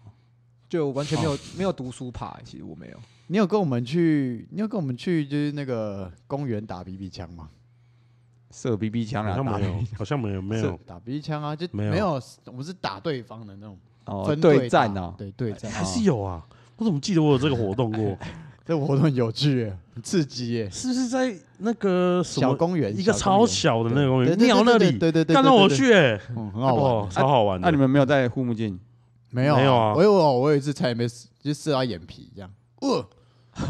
就完全没有、没有读书怕、欸其实我没有。
你有跟我们去，你有跟我们去就是那个公园打比比枪吗？
射 BB 枪
好
啊，
像
打
没有，好像没有，没有。
打比比枪啊，就
没有
没有，我们是打对方的那种
哦
分
对
打
战啊，
对对战。
还是有啊。我怎么记得我有这个活动 过？
这活动很有趣耶，很刺激耶！
是不是在那个什
小
么
公园，
一个
小公
超
园
小的那个公
对
园，
对对
鸟那
对
里？
对对对，
干
对
让我，
对对
去，欸
嗯，很好玩啊
哦，。超好玩
那你
的。
们没有在护目镜？
没有啊
没有啊
我有我有一次差点被射就射到眼皮这样。呃，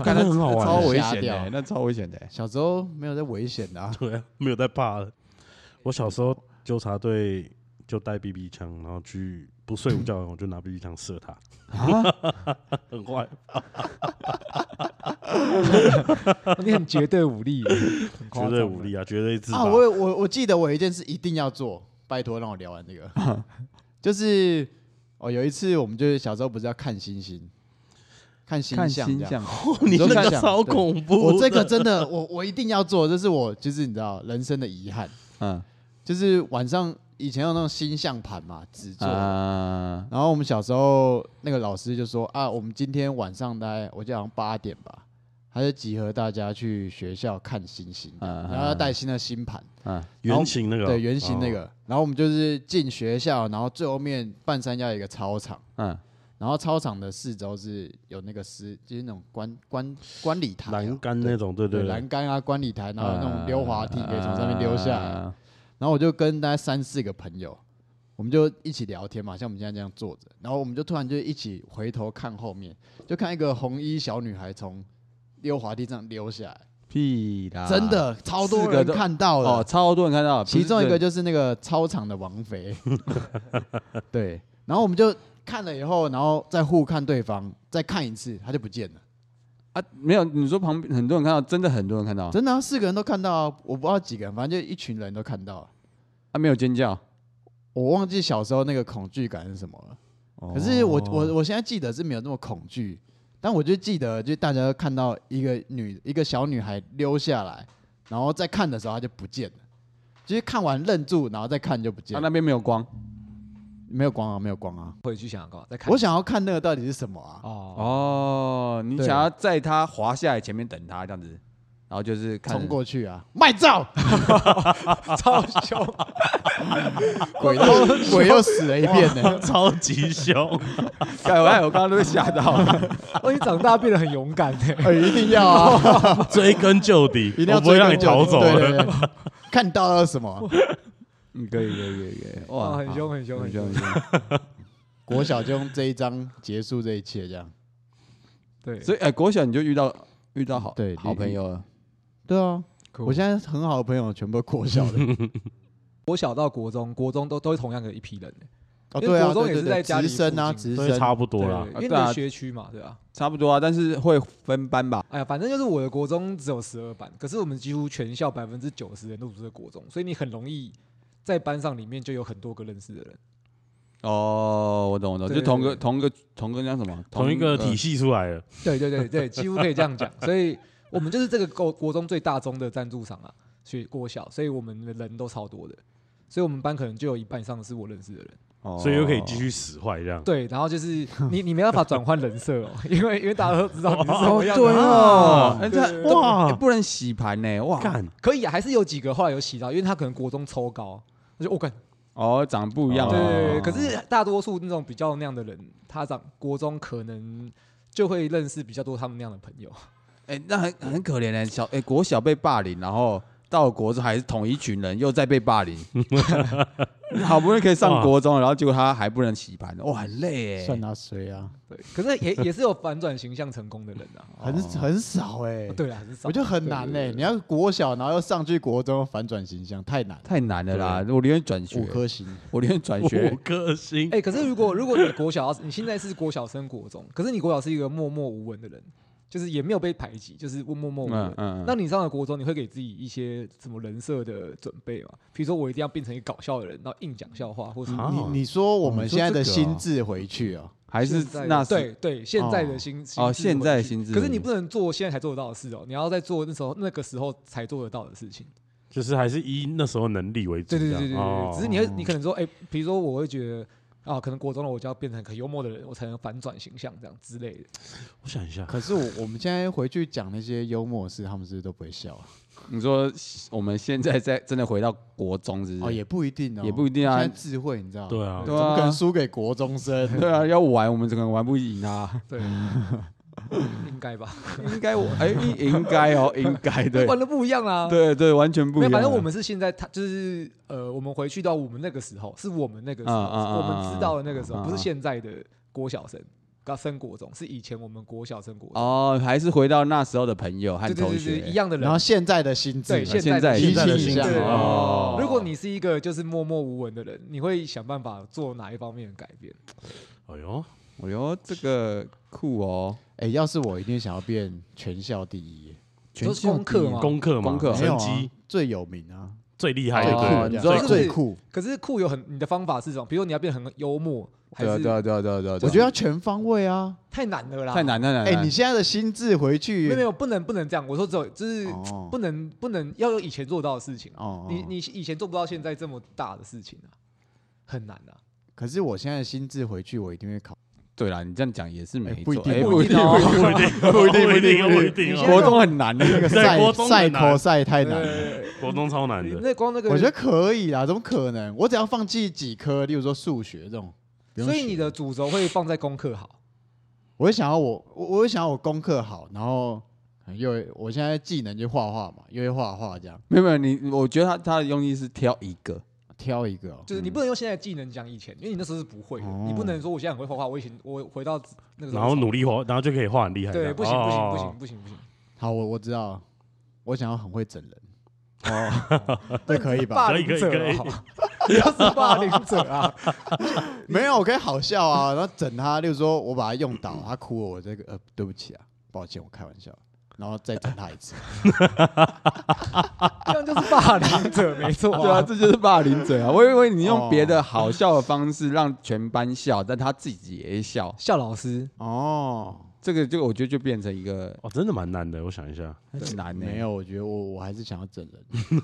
干那很好
那
玩
超
欸，
危
吓
险的
掉
欸，那超危险的欸。
小时候没有在危险的啊，
对啊，没有在怕了。我小时候纠察队就带 BB 枪，然后去不睡午觉，我就拿 BB 枪射他，
啊
很 坏。
你很绝对武力耶，欸很夸
绝
张
对武力啊，绝对自
啊，
大。
我有我我记得我有一件事一定要做，拜托让我聊完这个， 就是哦，有一次我们就是小时候不是要看星星，看星
看
象
星
这样。
象，
你
你说
那个
看
超
对
恐怖的，
我这个真的，我我一定要做，这是我就是你知道人生的遗憾，
嗯
就是晚上以前有那种星象盘嘛，纸做的
啊，
然后我们小时候那个老师就说啊，我们今天晚上大概我记得好像八点吧，他就集合大家去学校看星星，
嗯
然后要带新的星盘，
嗯
圆形那个哦，
对圆形那
哦
个。然后我们就是进学校，然后最后面半山腰有一个操场，
嗯，
然后操场的四周是有那个是就是那种观观观礼台啊、
栏杆那种，对
对
对对，
栏杆啊观礼台，然后有那种溜滑梯可以从上面溜下来。
嗯
然后我就跟大概三四个朋友，我们就一起聊天嘛，像我们现在这样坐着，然后我们就突然就一起回头看后面，就看一个红衣小女孩从溜滑梯上溜下来，
屁啦，
真的超多
啊四个
人
都
看到了，
哦，超多人看到，
其中一个
就
就是那个操场的王菲，对，然后我们就看了以后，然后再互看对方，再看一次，他就不见了。
啊，没有，你说旁边很多人看到，真的很多人看到，
真的、啊，四个人都看到、啊，我不知道几个人，反正就一群人都看到、啊。
啊，没有尖叫，
我忘记小时候那个恐惧感是什么了，可
可
是我我我现在记得是没有那么恐惧，但我就记得就大家都看到一个女一个小女孩溜下来，然后再看的时候她就不见了，就是看完愣住，然后再看就不
他
见了，
啊那边没有光
没有光啊，没有光啊。
回去想想干嘛？再看。
我想要看那个到底是什么啊？
哦，
哦，你
对
想要在他滑下来前面等他这样子，然后就是看
冲过去啊，卖照，
超凶，
鬼又鬼又死了一遍 呢。
超级凶，
干哎我我刚刚都被吓到 了，
哦，你长大变得很勇敢欸
哎，一定要啊，
追根究底，
一定要
我不会
追根
让你
究
逃
底
走
对对
的。
对，看到了什么？
嗯，可以可以可以可以，
哇，
哇，
哦很凶，很凶，
哦很
很
凶
凶
很。凶，
国小就用这一章结束这一切，这样。
对，
所以哎，国小你就遇到遇到好
对
好朋友了，
对啊，
哦
Cool
我现在很好的朋友全部都国小 的。
国小到国中，国中都都是同样的一批人欸
哦，
因为
对啊，
国中
对
也
对
是在
对，
家里
直升啊，
附近
直
所以
升。
差不多啦
对，
啊
因为
对啊
那学区嘛，对吧？
差不多啊，但是会分班吧，
哎呀，反正就是我的国中只有十二班，可是我们几乎全校百分之九十人都读在国中，所以你很容易在班上里面就有很多个认识的人。
哦，我懂我懂，
对
就同个
对对
同个同个叫什么，
同一个体系出来了，
对对对对，几乎可以这样讲。所以 我们就是这个国国中最大宗的赞助商啊，所以国小，所以我们的人都超多的，所以我们班可能就有一半以上是我认识的人。
哦
所以又可以继续使坏这样。
对，然后就是 你你没办法转换人设哦，因为因为大家都知道你 是什么
哦，
样的
对
人。
哦，哎
对
他
对对
哇，
哇
哎不能洗盘呢，哇，
干，
可以啊，还是有几个后来有洗到，因为他可能国中抽高，他就我感、
哦，长得不一样，
哦
对对对，
哦
可是大多数那种比较那样的人，他长国中可能就会认识比较多他们那样的朋友。
哎，那很很可怜呢，小哎国小被霸凌，然后到了国中还是同一群人，又再被霸 凌，好不容易可以上国中了，然后结果他还不能洗盘，哇，很累哎
算，他谁啊？
对，可是也也是有反转形象成功的人啊。
很很少哎。
哦对啦，很少
我觉得很难
对
哎。
对对
你要国小，然后又上去国中，反转形象太难了。
太难了啦，我宁愿转
五
学，
颗星，
我宁愿转
五
学，
颗星
哎、，可是如果如果你国小，你现在是国小升国中，可是你国小是一个默默无闻的人，就是也没有被排挤，就是默默无闻
嗯。嗯，
那
嗯
你上了国中，你会给自己一些什么人设的准备吗？比如说，我一定要变成一个搞笑的人，然后硬讲笑话，或者
啊
你你说我们
你说
现在
这
的
个啊
心智回去哦，
还是
现在的
那时
对对现在的心心
哦
智
现
回
在的
去
心智
可是你不能做现在才做得到的事哦，你要在做那时候那个时候才做得到的事情。
就是还是以那时候能力为主。
对对
这
对
样
对对
哦
对，只是你会你可能说，哎，比如说我会觉得。啊，可能国中了，我就要变成很幽默的人，我才能反转形象，这样之类的。
我想一下，
可是我我们现在回去讲那些幽默的事，他们是不是都不会笑啊？
你说我们现在在真的回到国中是不
哦，
是？
也不一定哦，
也不一定啊
现在智慧你知道？
对啊
对
怎么可能
啊，
输给国中生？
对啊，要玩我们可能玩不赢啊。
对，应该吧？
应该我哎，应应该哦，应该对，
玩的不一样啦。
对对，完全不一
没有，
样。啊
反正我们是现在，他就是呃，我们回去到我们那个时候，是我们那个时候，
嗯嗯嗯
我们知道的那个时候，
嗯嗯
不是现在的国小生，刚升国中，是以前我们国小升国中，
哦，还是回到那时候的朋友和
对对
同
对对，
学
对一。 样的
然后
人。
现在的心智
对，
呢，
现
在
的
现
心
在的
智
形象
对
哦
如果你是一个就是默默无闻的人，你会想办法做哪一方面的改变？
哎呦，
哎呦，这个酷哦！
哎，要是我一定想要变全校第一，
都是功课吗？
功课嘛，
功课
没
成
有啊
绩，
最有名啊，
最厉害
最
的
哦
对
酷
了，
你
的，
说
是不是
最酷。
可是酷有很你的方法是什么？比如你要变得很幽默，还
对啊
是
对啊对啊对啊对啊！
我觉得要全方位啊！
太难了啦？
太。难太难。
哎、你现在的心智回去，
没有没有，不能不能这样。我说只有就是
哦
不能不能要有以前做到的事情啊。
哦，
你
哦
你以前做不到现在这么大的事情啊，很难啊。
可是我现在的心智回去，我一定会考。
对啦，你这样讲也是没
哎
错，
不一定
哎
不
不
一
一
定
定
哦
哦，
不一定，不一定，不一定，不一定
国
哦。
中很难的
那个
对
赛
国中
赛
很难
口赛太难了，
对，
国中超难的，
那光那个，
我觉得可以啦，怎么可能？我只要放弃几科，例如说数学这种，不用
所以你
学
的主轴会放在功课好，
我会想要我我我会想要我功课好，然后又我现在技能就画画嘛，又会画画这样，
没有没有，你我觉得他他的用意是挑一个，
挑一个、哦。
就是你不能用现在的技能讲以前，因为你那时候是不会的，
哦
你不能说我现在很会画画，我以前我回到那个时候
然后努力画，然后就可以画很厉害这
对，
样。
不行不行不
哦
行不行不行，
好，我我知道了，我想要很会整人。哦，这可以吧？
霸
可以
凌者
可 以
啊，不要是霸凌者啊，
没有，我可以好笑啊，然后整他，例如说我把他用倒，他哭了，我这个呃，对不起啊，抱歉，我开玩笑，然后再整他一次。
这样就是霸凌者，没错
哦
对啊，
啊。
这就是霸凌者啊！我以为你
哦
用别的好笑的方式让全班笑，但他自己也笑，
夏老师，
哦，
这个就我觉得就变成一个
哦，真的蛮难的，我想一下。
很难呢、
没有，我觉得我我还是想要整人，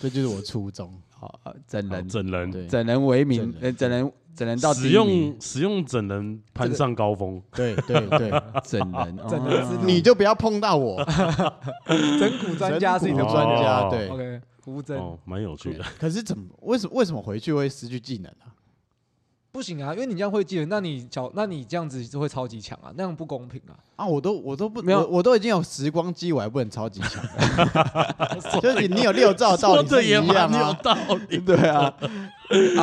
这就是我初衷。
好，呃整
好
人
哦整人，
对
整人为名，
整人
呃，整人整人到
使
第一 名
用使用整人攀上高峰，
对对对，
整 人，
整人
哦
之路
你就不要碰到我，
整蛊专家是你的
哦
整蛊
专
专
家
家。
哦
对，
，OK，胡真
哦，蛮有趣的。
可是怎么为什么为什么回去会失去技能啊？
不行啊，因为你这样会技能，那你小，那你这样子就会超级强啊，那样不公平啊。
啊，我都我都不
没有
我我都已经有时光机，我还不能超 级强，就是你有六兆哦道
说
理
的
是一
也蛮
样
有
啊。
道理。
对 啊，啊，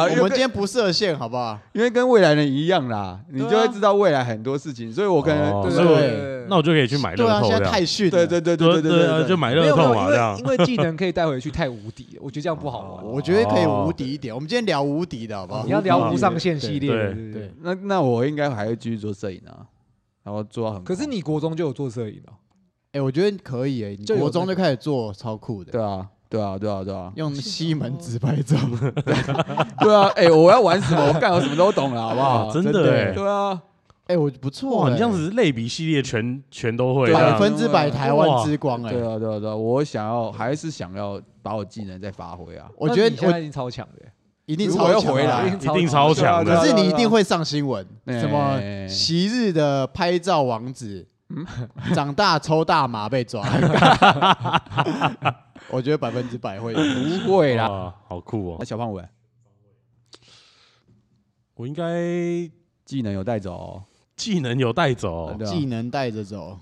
我
因为
们今
跟
天不设限，好不好？
因为跟未来人一样啦，你就
对啊
会知道未来很多事情，所以我可能
哦
对
所
对
以我
对，
那我就可以去买乐
对啊，
透
现在
这样
太逊了。
对对对对对
对啊
对，
就买
没
乐
有没
透
有，因
嘛这
为
样
因。为技能可以带回去太无敌了，我觉得这样不好玩。啊
哦我觉得可以无敌一点。我们今天聊无敌的好不好？
你要聊无上限
限。
系列，
对
对
哦对，。
那那我应该还会继续做摄影啊，然后做到很。
可是你国中就有做摄影哦了，
哎，我觉得可以诶，你
就有
国中
那
就开始做，超酷的
对。啊，对啊，对啊，对啊，
用西门自拍照，
对啊，哎，我要玩什么，我干我什么都懂了，好不
哇，
好？
真
真
的
的
哎，
对啊，
哎，我不错
哇，
欸，
你这样子类比系列全全都会
对
这
啊
百
样，
分之百台湾之光哎
对！啊，对啊，对啊，我想要还是想要把我技能再发挥啊。
我
那
觉
你
得
现在
我
已经超强的，
一定
如果
超
要
强
回
啊
来
一定超强
对啊
的。
可
对啊
是你一定会上新闻，
哎
什么昔日的拍照王子，
嗯
长大抽大麻被 抓，我觉得百分之百会。
不会
啊
啦，
哇，好酷
那
哦！
小胖伟
我应该
技能有带走哦，
技能有带走，
对啊
技能带着走，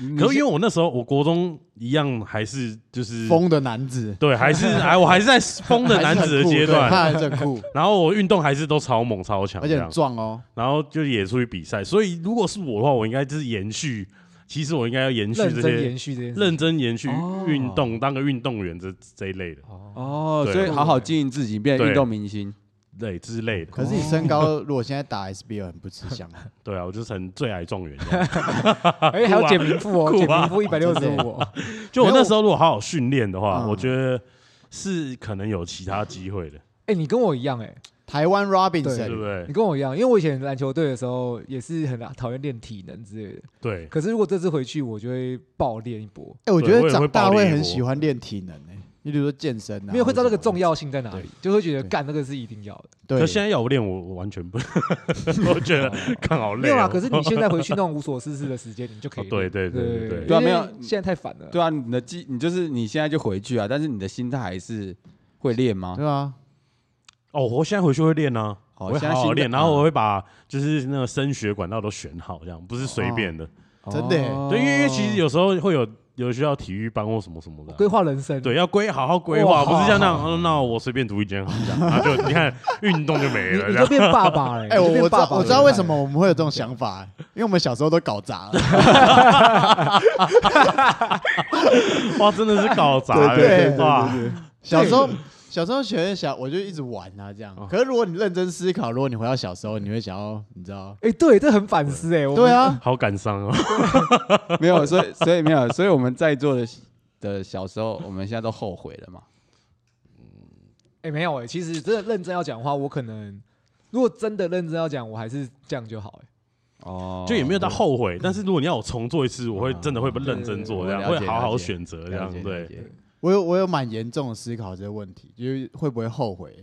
你
可是因为我那时候我国中一样还是就是
疯的男子，
对，还是哎，我还是在疯的男子的阶
还是很酷对他
段。
还是很 酷，
然后我运动还是都超猛超强
而
这
且
样
很，壮哦。
然后就也出去比赛。所以如果是我的话，我应该就是延续，其实我应该要延续
认
这
真
些，
延续这件事。
认真延续
哦
运动，当个运动员这这一类的，
哦，
哦，
对
所以好好经营自己，变成
对
运动明星。
对之类的。
可是你身高，如果现在打 SBL 很不吃香，
对啊，我就是很最矮状元这样。
哎，还有减名副哦，
酷
减
啊
名副一百六十五，
就我那时候如果好好训练的话，
嗯
我觉得是可能有其他机会的，
哎，你跟我一样哎，
台湾
对不
Robinson
对
你？跟我一样，因为我以前篮球队的时候也是很讨厌练体能之类的。
对，
可是如果这次回去，我就会爆练一波，
哎，我觉
对我也
得
会
长大
暴力
会
一
很
波
喜欢练体能诶，你比如说健身啊，
没有会知道那个
或者什
重
么
要性在哪里，就会觉得干那个是一定要的。
对
可现在要我练，我我完全不， 我觉得看好
没
累
有啊，
哦。
可是你现在回去那种无所事事的时间，你就可以
哦对
练。
对对对对
对啊没有
因为现在太烦了。
对啊，你的技，你就是你现在就回去啊，但是你的心态还是会练吗？
对啊，
哦，我现在回去会练呢、
哦
我会
现在
好好
新的
练，然后我会把就是那个升学管道都选好，这样不是随便的。
真的耶
哦
对，因为因为其实有时候会有有需要体育班或什么什么的啊、
规划人生，
对，要规好好规
哇
划，不是像那样，哦那我随便读一间好这样，然后就你看运动就没
你
了
你
这
就变
样。
爸爸了、欸。
哎、我
你就变
我知
爸
道
爸
我
了
知道为什么我们会有这种想法，欸因为我们小时候都搞砸了。
哇，真的是搞砸了，
对对对对
哇！
小时候小时候学小，我就一直玩啊这样。可是如果你认真思考，如果你回到小时候，你会想要，你知道？
哎、对，这很反思哎、我
对，啊，
好感伤哦，
没有，所以所以没有，所以我们在座的的小时候，我们现在都后悔了嘛。
哎、没有哎、其实真的认真要讲的话，我可能如果真的认真要讲，我还是这样就好哎、
哦，
就也没有到后悔。但是如果你要我重做一次，我会真的会不认真做，这样
对对对
会好好
了解
选择这
了
样
解。了
对，
解
我有我有蛮严重的思考这个问题，就是会不会后悔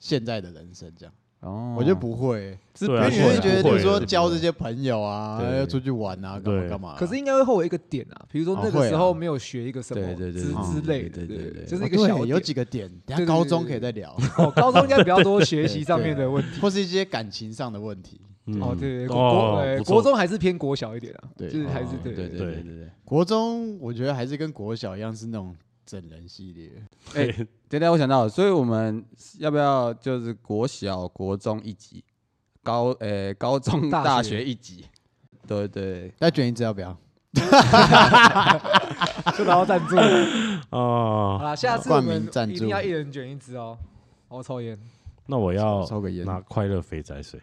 现在的人生这样？
哦，
我就不会，
是
对
因
啊
为
不
你
是
会
会
啊
觉得，
不
比
会
如说
的
交这些朋友啊，
对
要出去玩啊，干嘛
对
干嘛啊、
可是应该会后悔一个点啊，比如说那
哦
个
会啊
时候没有学一个什么
对对对
之
对
之类的，
对对对对对
就是
哦
一个小
对
点
有几个点，等下
对对
高
对
中
对
可以再聊，
哦，高中应该比较多学习上面的问题。
或是一些感情上的问题。
嗯
哦，
嗯
对对，国国
哦
呃
不错
国中还是偏国小一点啊，
对
就是还是
哦
对
对
对
对
对。
对对对。
国中我觉得还是跟国小一样是那种整人系列，
哎，对对，我想到了，所以我们要不要就是国小、国中一级，高呃高中、
大
大
学
学一级？对对，
那卷一只要不要？
就拿到赞 助。好
哦，
啦，下次我
冠
们
名赞助
一定要一人卷一支哦。我抽烟，
那我要
抽个烟，
拿快乐肥仔水，